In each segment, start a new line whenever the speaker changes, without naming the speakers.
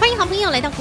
欢迎好朋友来到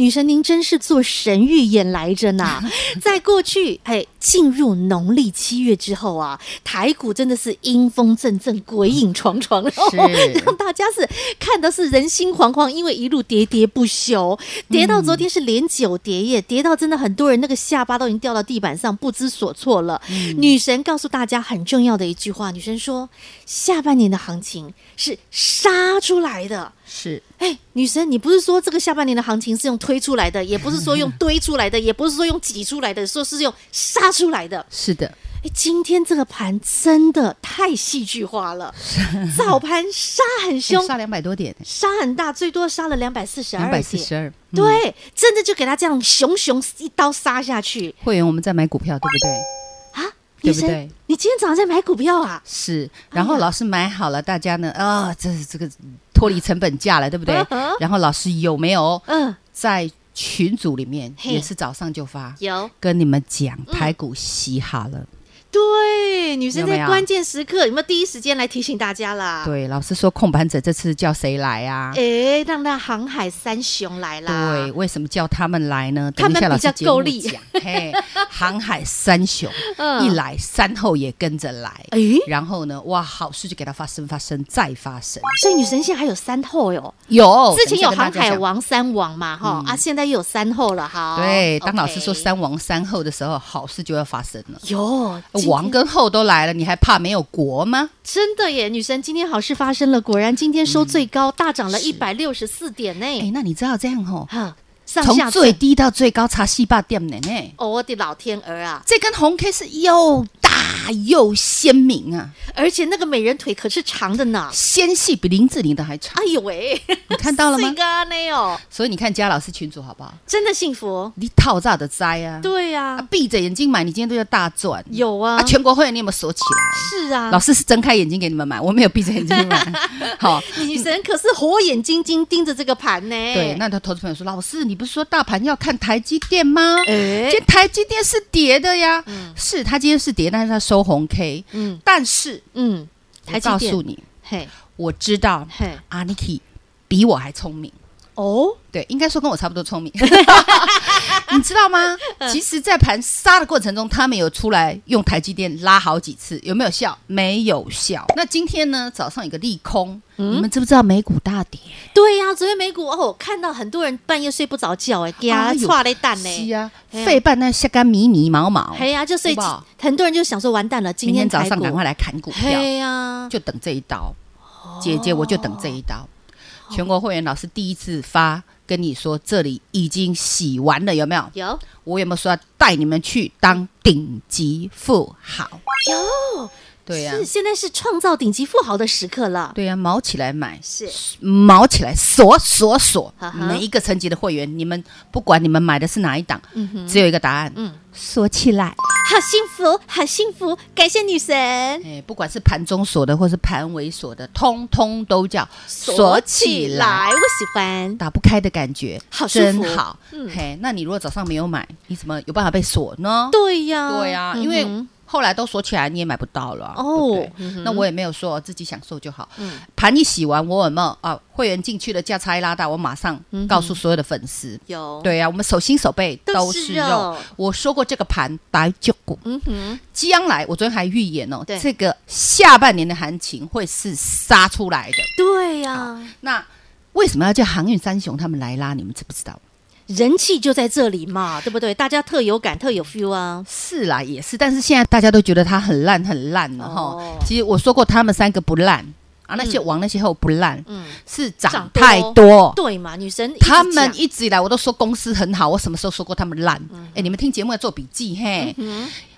女神，您真是做神预言来着呢！在过去，哎，进入农历七月之后啊，台股真的是阴风阵阵，鬼影幢幢，然后
是
让大家是看的是人心惶惶，因为一路喋喋不休，跌到昨天是连九跌耶，跌到真的很多人那个下巴都已经掉到地板上，不知所措了。女神告诉大家很重要的一句话，女神说，下半年的行情是杀出来的。
是
哎，女神，你不是说这个下半年的行情是用推出来的，也不是说用堆出来的，也不是说用挤出来的，说是用杀出来的。
是的，
哎，今天这个盘真的太戏剧化 了，早盘杀很凶
哎，上两百多点，
杀很大，最多杀了两百四十
两
二点。
百四十二。嗯，
对，真的就给他这样熊熊一刀杀下去
会员我们在买股票，对不对？
啊！女
对不
神，
对
你今天早上在买股票啊？
是，
哎
然后
呀
老师买好了，大家呢啊、这这个脱离成本价了，对不对
嗯哼？
然后老师有没有
嗯，
在群组里面
嘿嗯
也是早上就发，
有。
跟你们讲台股洗好了？
对，女神
有没
在
有
关键时刻有没有第一时间来提醒大家啦？
对，老师说控盘者这次叫谁来啊？
啊哎，让那航海三雄来啦！
对，，为什么叫他们来呢？
他们
等一下老师
比较
节目
够力嗯
讲。嘿，航海 三雄、一来，三后也跟着来。
哎，
然后呢？哇，好事就给它发生、发生、再发生。
所以女神现在还有三后哟。
有
之前有航海，
哦等一下跟大家讲嗯
王、三王嘛，哈啊，现在又有三后了，哈。
对，当老师
哦 OK
说三王三后的时候，好事就要发生了。
有今天
王跟后都来了，你还怕没有国吗？
真的耶，女神今天好事发生了，果然今天收最高，大涨了一百六十四点
哎
呢，，
那你知道这样吼，
哈，嗯上
从
下
最
震
低到最高差四百点呢呢。
哦，我的老天儿啊！
这根红 K 是又大又鲜明啊，
而且那个美人腿可是长的呢，
纤细比林志玲的还长
哎，呦喂，
你看到了 吗
这？个呢哦，
所以你看佳老师群主好不好？
真的幸福，
你套炸的灾啊！
对
啊，
呀，
闭着眼睛买，你今天都要大赚。
有啊
啊，，全国会员你有没有锁起来？
是啊，
老师是睁开眼睛给你们买，我没有闭着眼睛 买。好，
女神可是火眼金睛盯着这个盘呢。
对，那他投资朋友说，老师，你不是说大盘要看台积电吗？
哎
今天台积电是跌的呀，是它今天是跌，但是它收红 K，
嗯
但是
嗯，台
我
积
告
电
诉，你，
嘿
我知道
嘿，
阿 n i k i 比我还聪明。
哦，
对，应该说跟我差不多聪 明， 你知道吗？
嗯
其实，在盘杀的过程中，他们有出来用台积电拉好几次，有没有效？没有效。那今天呢？早上有个利空，
嗯
你们知不知道美股大跌？
对呀，昨天美股哦，我看到很多人半夜睡不着觉，哎，给他
哎呦
踹了一蛋
是
呢。
啊，
哎呀
费半那下干迷迷毛毛。
哎呀，就睡
好不好，
很多人就想说完蛋了，今
明天早
台
上
股
赶快来砍股票，
嘿啊哦呀，
就等这一刀。姐姐，我就等这一刀。全国会员老师第一次发跟你说，这里已经洗完了，有没有？
有
我有没有说要带你们去当顶级富豪？
有，
对啊呀、
是现在是创造顶级富豪的时刻了。
对呀、毛起来买，
是
毛起来锁锁锁
哈，哈
每一个层级的会员，你们不管你们买的是哪一档，只有一个答案，
嗯
锁起来。
好幸福，好幸福，感谢女神。
哎，不管是盘中锁的或是盘尾锁的，通通都叫锁起来。
我喜欢。
打不开的感觉，
好舒服
真好。
嗯
嘿，那你如果早上没有买，你怎么有办法被锁呢？
对呀，
对呀、因
嗯
为
哼
后来都锁起来，你也买不到了啊、
哦
对不对那我也没有说自己享受就好。
嗯
盘一洗完，我有没有啊？会员进去的价差一拉大，我马上
嗯哼
告诉所有的粉丝。
有，
对呀、啊我们手心手背
嗯都
都
是
是
肉
肉。我说过这个盘白就股，
嗯哼，
将来我昨天还预言哦
对，
这个下半年的行情会是杀出来的。
对呀、
那为什么要叫航运三雄他们来拉？你们知不知道？
人气就在这里嘛，对不对？大家特有感，特有 feel 啊。
是啦，也是，但是现在大家都觉得它很烂很烂了哈。
哦
其实我说过，他们三个不烂，啊，那些王那些后不烂，
嗯，
是
涨
涨
多
太多。
对嘛，女神一直
哦他们
讲嗯
一直以来我都说公司很好，我什么时候说过他们烂？哎，你们听节目要做笔记嘿，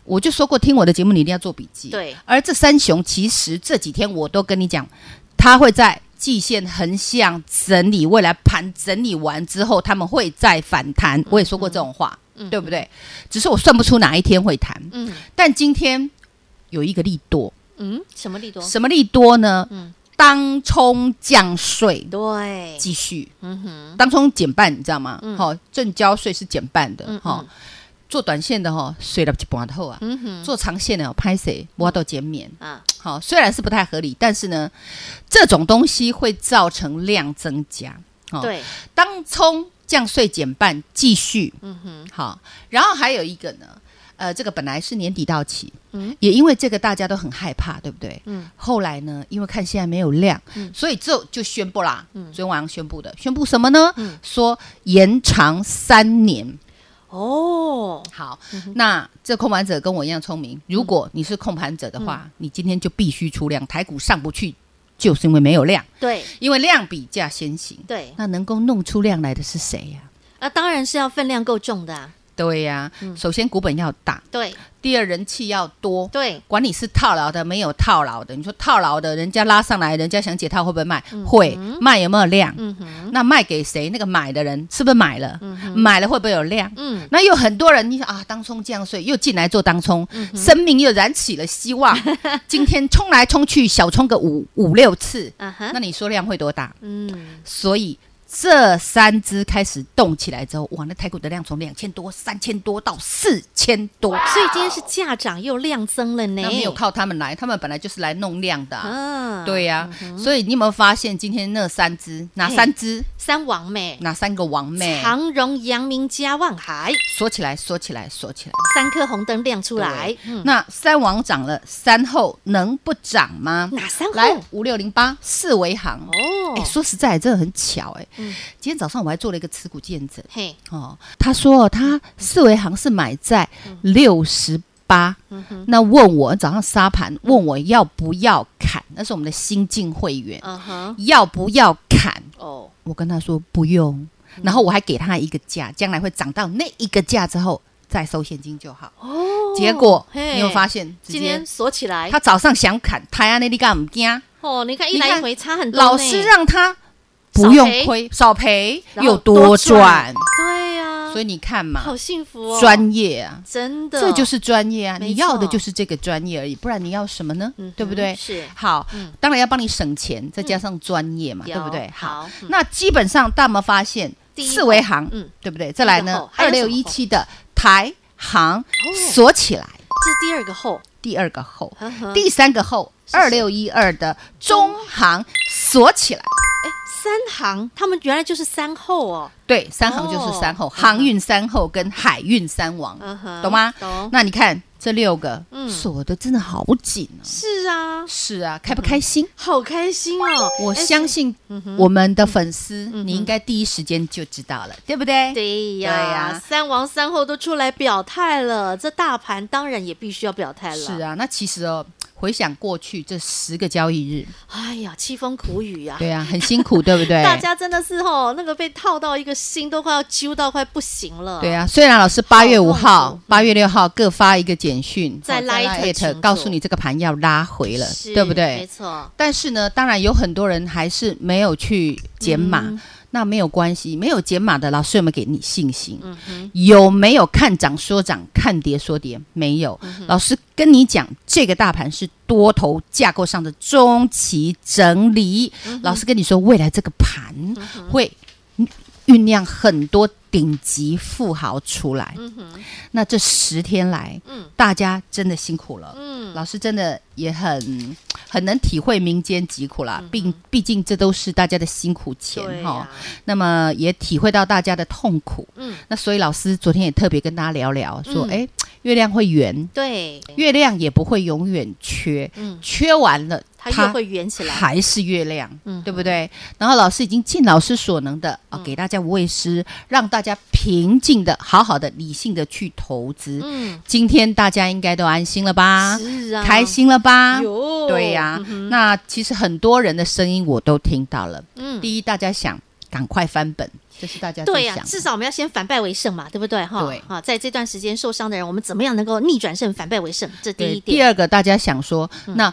我就说过听我的节目你一定要做笔记。
对，
而这三雄其实这几天我都跟你讲，它会在季线横向整理，未来盘整理完之后，他们会再反弹。我也说过这种话，对不对？只是我算不出哪一天会弹。
嗯
但今天有一个利多，
嗯什么利多？
什么利多呢？
嗯
当冲降税
对，
继续，
嗯哼，
当冲减半，你知道吗？
嗯
好、正交税是减半的，
嗯
哈、
嗯
做短线的哈、税了一半后啊，
嗯哼
做长线的哦，拍谁摸到减免。
啊，
好、虽然是不太合理，但是呢，这种东西会造成量增加。哦
对，
当冲降税减半继续，
嗯哼，
好，然后还有一个呢，呃，这个本来是年底到期，
嗯
也因为这个大家都很害怕，对不对？
嗯，
后来呢，因为看现在没有量，
嗯
所以这就宣布啦，
嗯
昨天晚上宣布的，宣布什么呢？
嗯
说延长三年。
哦，
好，那这控盘者跟我一样聪明，如果你是控盘者的话，你今天就必须出量，台股上不去。就是因为没有量，
对
因为量比价先行。
对，
那能够弄出量来的是谁呀、
啊，当然是要分量够重的啊，
对呀、首先股本要大，
对
第二人气要多，
对，
管你是套牢的，没有套牢的，你说套牢的，人家拉上来，人家想解套会不会卖？会卖有没有量？
嗯哼，
那卖给谁？那个买的人是不是买了？买了会不会有量？
嗯
那有很多人，你想啊，当冲降税又进来做当冲，
嗯
生命又燃起了希 望。今天冲来冲去，小冲个五五六次，
啊哈
那，你说量会多大？
嗯
所以这三只开始动起来之后，哇，那台股的量从两千多、三千多到四千多，
所以今天是价涨又量增了呢，
那没有靠他们来，他们本来就是来弄量的、啊。
啊，
对，呀、所以你有没有发现今天那三只哪
嘿
三只
三王妹，
哪三个王妹
长荣、阳明加望海，
锁起来锁起来锁起来？
三颗红灯亮出来，嗯，
那三王涨了，三后能不涨吗？
哪三哦
来
户？
五六零八四维行，
哦
哎、，说实在真的很巧哎、
嗯
今天早上我还做了一个持股见证。
嘿，
哦，他说哦他四维行是买在六十八，
嗯哼，
那问我早上沙盘问我要不要砍，那是我们的新进会员，
嗯哼，
要不要砍？
哦，
我跟他说不
嗯
用，然后我还给他一个价，将来会涨到那一个价之后再收现金就好。
哦
结果
嘿
你有发现，直
今
接
天锁起来
他，早上想砍，他呀那里干唔惊，
哦，你看一
你
来一
看
回差很多呢，
老师让他
少
不用
赔
亏，少赔
然后
又多赚，
对呀，
所以你看嘛
好，幸福哦，
专业啊。
真的，
这就是专业啊！
没
你要的
错
就是这个专业而已，不然你要什么呢？
嗯哼
对不对？
是
好，
嗯
当然要帮你省钱，再加上专业嘛，
有
对不对？
好嗯
那基本上大家有没有发现
第一
四维
红
行，
嗯
对不对？再来
第一个
呢
红，还有
二
什
六
么
一七的台行
哦
锁起来，
这是第二个后，
第二个后，
呵呵
第三个后，
是
二六一二的中行锁起来。
哎三行，他们原来就是三后哦，
对，三行就是三后，
哦
航运三后跟海运三王，
嗯哼
懂吗？
懂，
那你看这六个
嗯
锁的真的好紧哦。
是啊，
是啊，开不开心？
好开心哦，
我
哎
相信我们的粉丝，你应该第一时间就知道了，对不对？
嗯对呀，
对呀
三王三后都出来表态了，这大盘当然也必须要表态了。
是，啊，那其实哦，回想过去这十个交易日，
哎呀，凄风苦雨呀、
对啊，很辛苦，对不对？
大家真的是哦，那个被套到一个心都快要揪到快不行了。
对啊，虽然老师八月五
好
号
痛、
八月六号各发一个简讯，
再
好
拉一
拉
特
it，
群组
告诉你这个盘要拉回了，
是，
对不
没
对？
错，
但是呢，当然有很多人还是没有去减码，
嗯
那没有关系，没有减码的老师有没有给你信心？
嗯哼，
有没有看涨说涨，看跌说跌？没有。
嗯
老师跟你讲，这个大盘是多头架构上的中期整理。
嗯
老师跟你说，未来这个盘会酝酿很多顶级富豪出来。那这十天来，
嗯
大家真的辛苦了。
嗯
老师真的也很很能体会民间疾苦啦，并毕竟这都是大家的辛苦钱
嗯对
哈、
呀，
那么也体会到大家的痛苦。
嗯，
那所以老师昨天也特别跟大家聊聊，说，
嗯
哎、月亮会圆，
对，
月亮也不会永远缺，
嗯
缺完了
它又会圆起来。
还是月亮，
嗯
对不对？然后老师已经尽老师所能的啊，给大家无畏师，让大家平静的、好好的、理性的去投资。
嗯，
今天大家应该都安心了吧？
是啊，
开心了吧？
哟，嗯
对呀、那其实很多人的声音我都听到了。
嗯，
第一，大家想赶快翻本，这是大家
对啊
最
呀、
想的。
至少我们要先反败为胜嘛，对不对？哈，
对
啊，在这段时间受伤的人，我们怎么样能够逆转胜、反败为胜？这第
对
一点。嗯
第二个，大家想说，那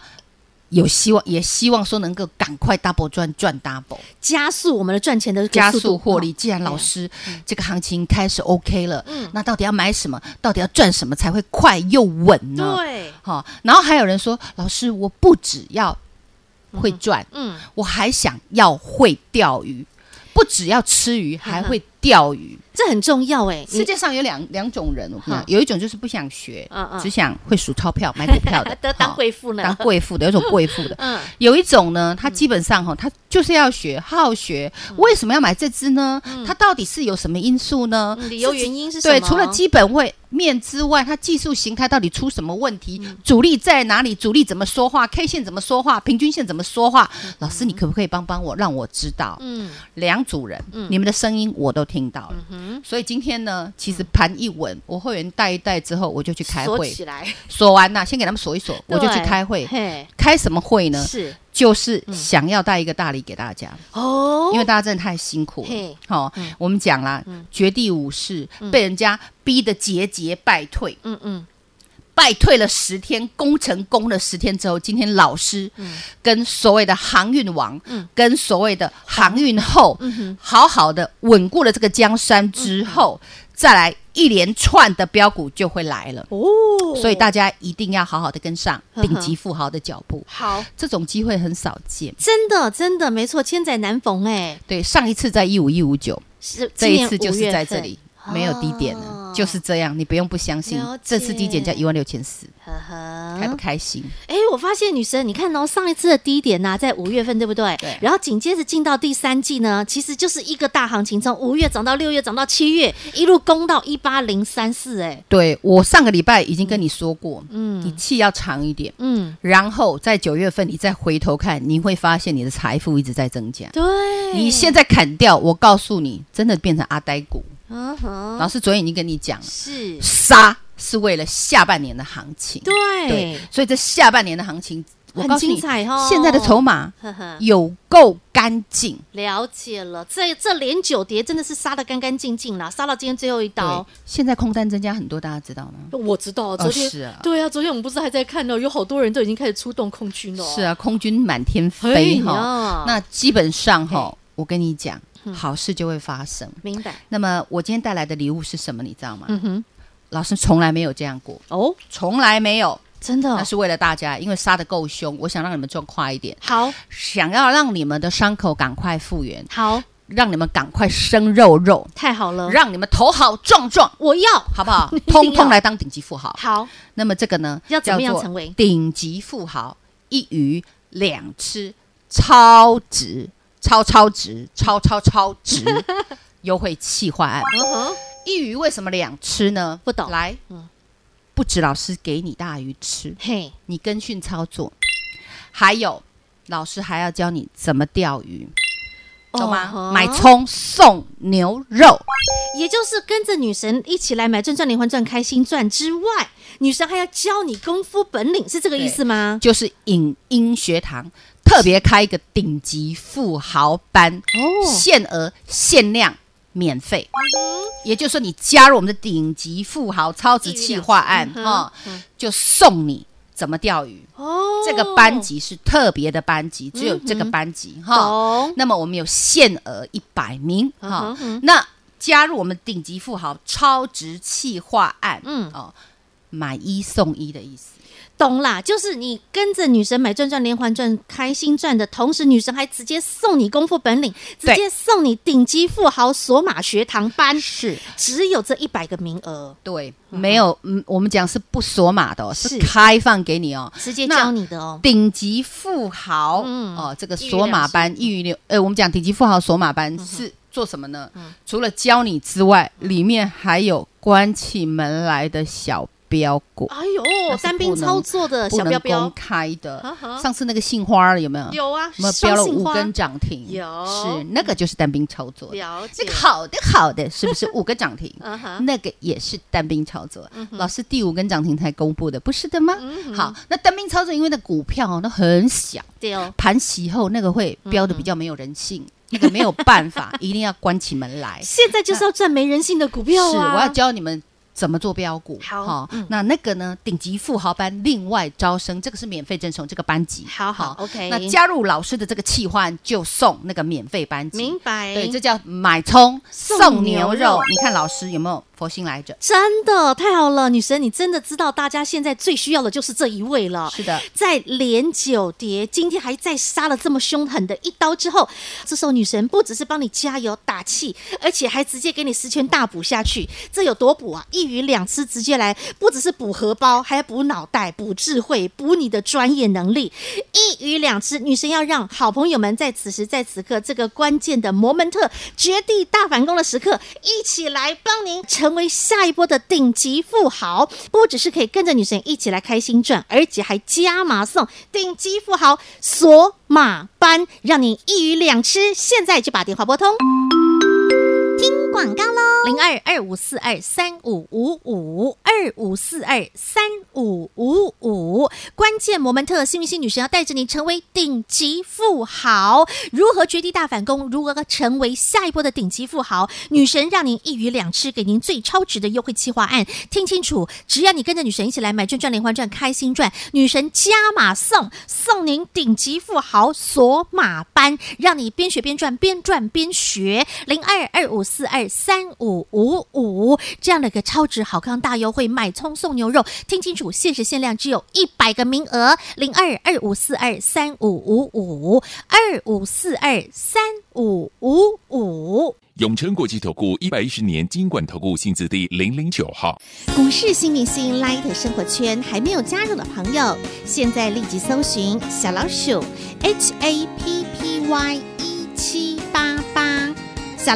有希望，也希望说能够赶快 double 赚赚 double，
加速我们的赚钱的这个
加
速度
速获利。
哦
既然
对啊嗯
老师这个行情开始 OK 了，那到底要买什么？到底要赚什么才会快又稳呢？
对，
好、然后还有人说，老师，我不只要会赚，
嗯，
我还想要会钓鱼，不只要吃
嗯
鱼，还会钓鱼。
这很重要哎。
世界上有两两种人，我跟
嗯
你讲，有一种就是不想学，
嗯嗯，
只想会数钞票、买股票的
得当
哈
贵妇呢，
当贵妇的，有一种贵妇的。
嗯，
有一种呢，他基本上哈，他就是要学，好学。
嗯
为什么要买这只呢？它到底是有什么因素呢？
嗯理由
是
原因是什么？
对，除了基本位面之外，它技术形态到底出什么问题？
嗯
主力在哪里？主力怎么说话？K 线怎么说话？平均线怎么说话？老师，你可不可以帮帮我，让我知道？
嗯
两组人，你们的声音我都听到了。
嗯
所以今天呢，其实盘一稳，我会员带一带之后，我就去开
锁
会，
起来，
锁完啦，先给他们锁一锁，我就去
对
开会。
嘿，
开什么会呢？
是嗯
就是想要带一个大礼给大家，
哦，
因为大家真的太辛苦了
嘿。嗯
好、我们讲啦，绝地武士、被人家逼得节节败退，
嗯嗯，
败退了十天，攻城攻了十天之后，今天老师
嗯
跟所谓的航运王，跟所谓的航运后，
嗯
好好的稳固了这个江山之
嗯
后，再来一连串的标股就会来了。
哦，
所以大家一定要好好的跟上
呵呵
顶级富豪的脚步，
好，
这种机会很少见。
真的真的没错，千载难逢哎，
对，上一次在一五一五九，
是
这
今
一
年
次就
五
是
月
在这
份
里，没有低点了
哦，
就是这样，你不用不相信
了解。
这次低点价一万六千四，
呵呵，
开不开心？
哎，我发现女神，你看哦，上一次的低点呐、啊在五月份，对不对？
对
然后紧接着进到第三季呢，其实就是一个大行情，从五月涨到六月，涨到七月，一路攻到一八零三四。哎，
对我上个礼拜已经跟你说过，你
嗯
气要长一点，
嗯，
然后在九月份你再回头看，你会发现你的财富一直在增加。
对，
你现在砍掉，我告诉你，真的变成阿呆股。
嗯哼，
老师昨天已经跟你讲了，
是，
杀是为了下半年的行情。
对，
对，所以这下半年的行情，我
很
告诉
精
你，
彩哦。嗯
现在的筹，码
呵呵，
有够干净。
了解了，这这连九叠真的是杀的干干净净啦，杀到今天最后一
对
刀。，
现在空单增加很多，大家知道吗？
我知道，
哦是啊
对啊，昨天我们不是还在看哦，有好多人都已经开始出动空军
是，啊，空军满天
哎
飞哈。
呀嗯
那基本上哈，我跟你讲，好事就会发生。
明白，
那么我今天带来的礼物是什么？你知道吗？
嗯哼，
老师从来没有这样过，
哦，
从来没有。
真的哦、
那是为了大家，因为杀的够凶，我想让你们赚快一点，
好
想要让你们的伤口赶快复原，
好，
让你们赶快生肉肉，
太好了，
让你们头好壮壮，
我要
好不好
嗯 一？定要
通通来当顶级富豪。
好，
那么这个呢，
要怎么样
叫做
成为
顶级富豪？一鱼两吃，超值，超超值，超超超 值优惠企划案。
嗯哼，
一鱼为什么两吃呢？
不懂
来，
嗯
不止老师给你大鱼吃，
嘿，
你跟训操作，还有老师还要教你怎么钓鱼，懂吗？
哦
买，葱送牛肉，
也就是跟着女神一起来买赚赚连环赚开心赚之外，女神还要教你功夫本领，是这个意思吗？
就是影音学堂特别开一个顶级富豪班，
哦，嗯
限额限量。免费，也就是说，你加入我们的顶级富豪超值企划案
一鱼两吃嗯
哈、就送你怎么钓鱼。
哦，
这个班级是特别的班级，只有这个班级哈。
嗯懂，
那么我们有限额一百名哈
嗯哼嗯，
那加入我们顶级富豪超值企划案，
嗯
哦，买一送一的意思。
懂啦，就是你跟着女神买赚赚连环赚开心赚的同时，女神还直接送你功夫本领，直
对
接送你顶级富豪索马学堂班，
是
只有这一百个名额，
对，没有，嗯，我们讲是不锁码的哦，
是
是开放给你哦。
直接
那
教你的哦。
顶级富豪，
嗯
哦，这个
一鱼
索马
两嗯
班一鱼六，呃，我们讲顶级富豪索马班是做什么呢？除了教你之外，里面还有关起门来的小标股，
哎呦，
那是
单兵
不能
操作的
不
啊小标
能
标
公，开的
哈。哈
上次那个杏花儿有没有？有
有啊，
没有
双
标了
杏
五
花
根涨停？
有
是那个就是单兵操作的。
了
那
解
个，好的好的，是不是五个涨停？
嗯哼，嗯
那个也是单兵操作，老师第五根涨停才公布的，不是的吗？好，那单兵操作，因为那股票哦，那很小，
对哦，
盘息后那个会标的比较
嗯
没有人性，那个没有 办法，一定要关起门来。
现在就是要赚没人性的股票啊！
是，我要教你们怎么做标股。
好嗯
哈那那个呢，顶级富豪班另外招生，这个是免费赠送这个班级。
好好 OK
那加入老师的这个企划案就送那个免费班级。
明白，
对，这叫买葱
送
送牛
牛肉
肉。你看老师有没有佛心来着？
真的太好了，女神，你真的知道大家现在最需要的就是这一位了。
是的，
在连九蝶今天还再杀了这么凶狠的一刀之后，这时候女神不只是帮你加油打气，而且还直接给你十拳大补下去，这有多补啊？一鱼两吃，直接来，不只是补荷包，还要补脑袋、补智慧、补你的专业能力，一鱼两吃。女神要让好朋友们在此时在此刻这个关键的摩门特绝地大反攻的时刻，一起来帮您成为下一波的顶级富豪。不只是可以跟着女神一起来开心赚，而且还加码送顶级富豪索马班，让你一鱼两吃。现在就把电话拨通。广告喽，零二二五四二三五五五二五四二三五五五。关键摩门特幸运星女神要带着你成为顶级富豪，如何绝地大反攻？如何成为下一波的顶级富豪？女神让您一鱼两吃，给您最超值的优惠计划案。听清楚，只要你跟着女神一起来买赚赚连环赚，开心赚，女神加码送送您顶级富豪索马班，让你边学边赚，边赚边学。零二二五四二三五五五这样的一个超值好康大优惠，买葱送牛肉，听清楚，限时限量只有一百个名额。零二二五四二三五五五二五四二三五五五。
永诚国际投顾一百一十年金管投顾新字第零零九号，
股市新明星 Light 生活圈还没有加入的朋友，现在立即搜寻小老鼠 HAPPY 一七八八，小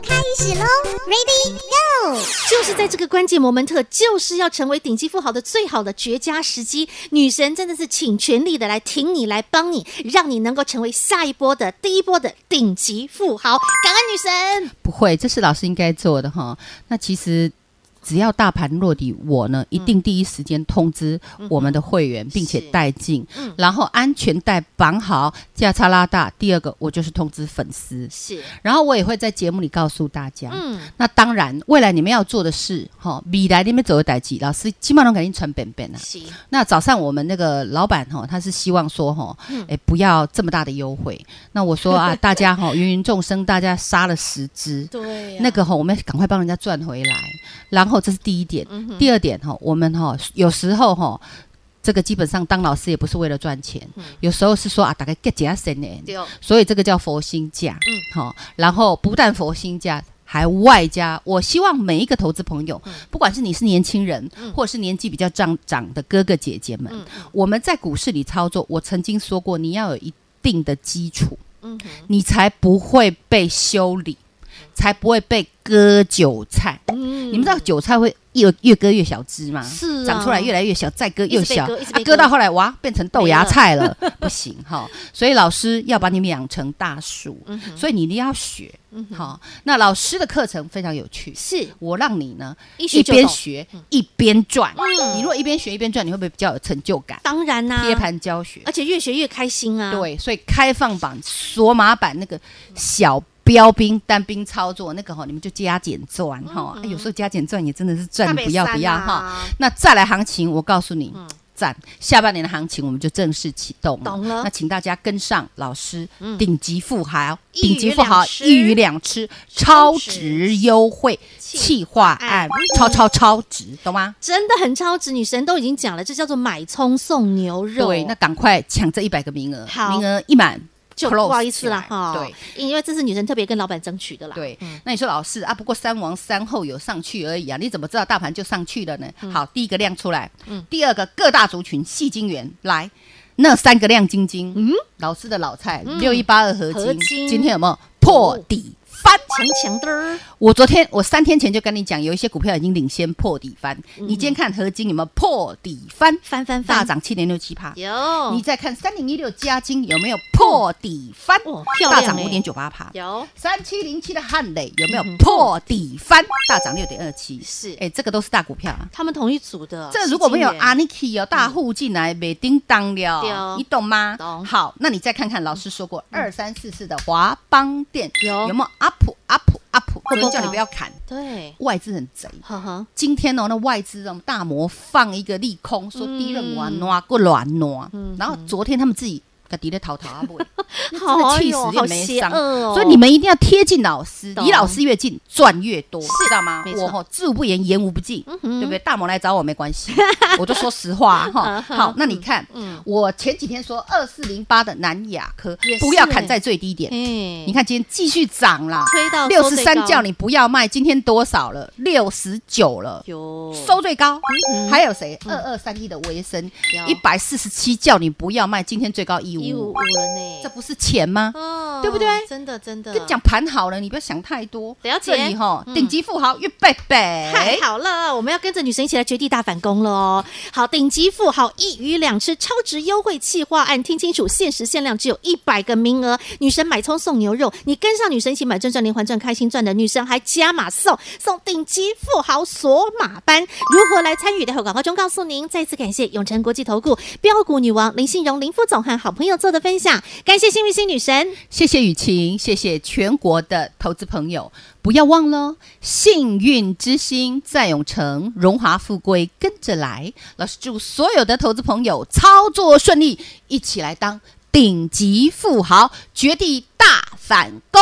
开始喽，Ready Go！
就是在这个关键摩门特，就是要成为顶级富豪的最好的绝佳时机。女神真的是请全力的来挺你，来帮你，让你能够成为下一波的第一波的顶级富豪。感恩女神。
不会，这是老师应该做的哈。那其实。只要大盘落底，我呢一定第一时间通知我们的会员，并且带进，然后安全带绑好，价差拉大。第二个，我就是通知粉丝，
是，
然后我也会在节目里告诉大家。
嗯，
那当然，未来你们要做的事，哈、未来你们走的代际，老师基本上肯定传本本啊。
是，
那早上我们那个老板哈、他是希望说哈，哎、不要这么大的优惠。那我说啊，大家哈、芸芸众生，大家杀了十只，
对
那个哈、我们赶快帮人家赚回来。然后这是第一点，第二点哈、我们哈、有时候哈、这个基本上当老师也不是为了赚钱，有时候是说啊，大概 get 下身呢，
对哦，
所以这个叫佛心价，嗯，好、然后不但佛心价。还外加，我希望每一个投资朋友，
嗯
不管是你是年轻人，或者是年纪比较长长的哥哥姐姐们，
嗯
我们在股市里操作，我曾经说过，你要有一定的基础，
嗯
你才不会被修理，才不会被割韭菜。
嗯
你们知道韭菜会越越割越小枝吗？
是啊
长出来越来越小，再割
一直
越
被
小，
割一直被
啊
割
割到后来哇，变成豆芽菜了， 不行哈。所以老师要把你们养成大树，
嗯
所以你一定要学。好，那老师的课程非常有趣，
是
我让你呢
一学就
边
懂
学一边赚。
嗯
你如果一边学一边赚，你会不会比较有成就感？
当然啦、
贴盘教学
而，且越学越开心啊！，
对，所以开放版、索马版那个小标兵单兵操作那个哈，你们就加减赚
嗯
哈。哎有时候加减赚也真的是赚
大
得
北
不要
山
不要
啊
哈。那再来行情，我告诉你，战，下半年的行情我们就正式启动了。
嗯懂了
那请大家跟上老师
嗯，
顶级富豪，
一
顶级
鱼
富豪
两吃
一鱼两吃，
超
超
值
值优惠，
企
气化案，超超超值，懂吗？
真的很超值，女神都已经讲了，这叫做买葱送牛肉。
对，那赶快抢这一百个名额
好，
名额一满
就
close
不好意思啦
起来
哈。
对，
因为这是女神特别跟老板争取的啦。嗯
对，那你说老师啊，不过三王三后有上去而已啊，你怎么知道大盘就上去了呢？
嗯
好，第一个量出来，第二个各大族群细晶元来。那三个亮晶晶，嗯，老师的老菜六一八二合
嗯合
金，
金哦
今天有没有破底翻？
强强的儿，
我昨天我三天前就跟你讲，有一些股票已经领先破底翻，你今天看合金有没有破底翻？
嗯翻翻哦翻，
大涨七点六七趴，
有
你再看三零一六加金有没有破底翻
哦？漂亮
大涨
欸
五点九八趴，
有
三七零七的汉磊有没有破底翻？大涨六点二七，
是
哎，这个都是大股票啊。
他们同一组的，
这如果没有
基金耶
Aniki 哦，大户进来没叮当
对哦
了，你懂吗？
懂嗯
好，那你再看看老师说过二三四四的华邦店
有
有没有 up up up？
够
我
不够
都叫你不要砍，
对，
外资很贼。
呵呵，
今天哦，那外资哦大摩放一个利空，说低
嗯
了玩挪过乱挪，然后昨天他们自己个敌的淘淘啊，不会那真的
哎
气
呦
死
好
也没
邪
伤。
恶哦
所以你们一定要贴近老师，
懂
离老师越近赚越多，
是
知道吗
没？错
我吼知无不言，言无不尽，
哼
对不对？大摩来找我没 关系，我就说实话
嗯
哈。好，那你看，我前几天说二四零八的南亚科
也是
不要
欸
砍在最低点，
哎
你看今天继续涨啦，
推到
六
收
十
最高
三叫你不要卖，今天多少了？六十九了。
有
收最高，还有谁？二二三一的维生
嗯有，
一百四十七叫你不要卖，今天最高一
一
五
五五
五，
了呢，
这不是钱吗？
哦
对不对
真的真的，
跟你讲盘好了，你不要想太多。
嗯了解
这里哈
嗯，
顶级富豪越贝
太
贝，
好了，我们要跟着女神一起来绝地大反攻了哦！好，顶级富豪一鱼两吃超值优惠企划案，听清楚，限时限量，只有一百个名额。女神买葱送牛肉，你跟上女神一起买赚赚连环赚开心赚的女神还加码送送顶级富豪索马班，如何来参与？待会广告中告诉您。再次感谢永诚国际投顾标股女王林信荣林副总和好朋友做的分享，感谢幸运星女神。
谢谢雨晴，谢谢全国的投资朋友，不要忘了哦，幸运之星在永城，荣华富贵跟着来。老师祝所有的投资朋友操作顺利，一起来当顶级富豪，绝地大反攻。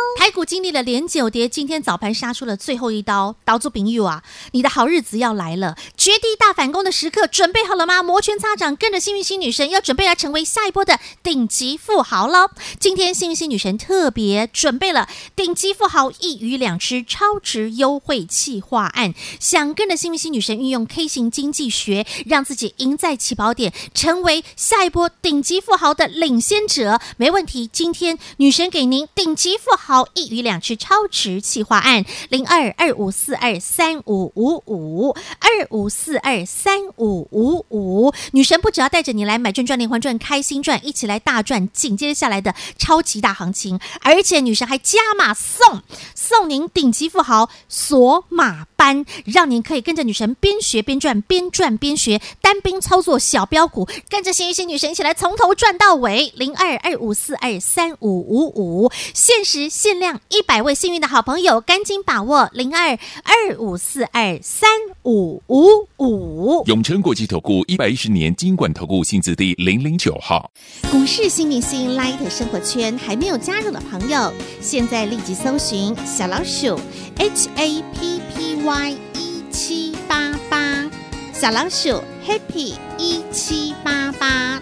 台股经历了连九跌，今天早盘杀出了最后一刀，刀住丙玉啊！你的好日子要来了，绝地大反攻的时刻，准备好了吗？摩拳擦掌，跟着幸运星女神，要准备来成为下一波的顶级富豪喽！今天幸运星女神特别准备了顶级富豪一鱼两吃超值优惠企划案，想跟着幸运星女神运用 K 型经济学，让自己赢在起跑点，成为下一波顶级富豪的领先者。没问题，今天女神给您顶级富豪一鱼两吃超值企划案，零二二五四二三五五五二五四二三五五五。女神不只要带着你来买赚赚连环赚开心赚，一起来大赚，紧接着下来的超级大行情，而且女神还加码送送您顶级富豪索马班，让您可以跟着女神边学边赚，边赚边学，单兵操作小标股，跟着幸运星女神一起来从头赚到尾。零二二五四二三五五五，限时限量一百位幸运的好朋友，赶紧把握零二二五四二三五五五。
永诚国际投顾一百一十年金管投顾性质第零零九号。
股市新明星 Light 生活圈还没有加入的朋友，现在立即搜寻小老鼠 HAPPY 一七八八，小老鼠 Happy 一七八八，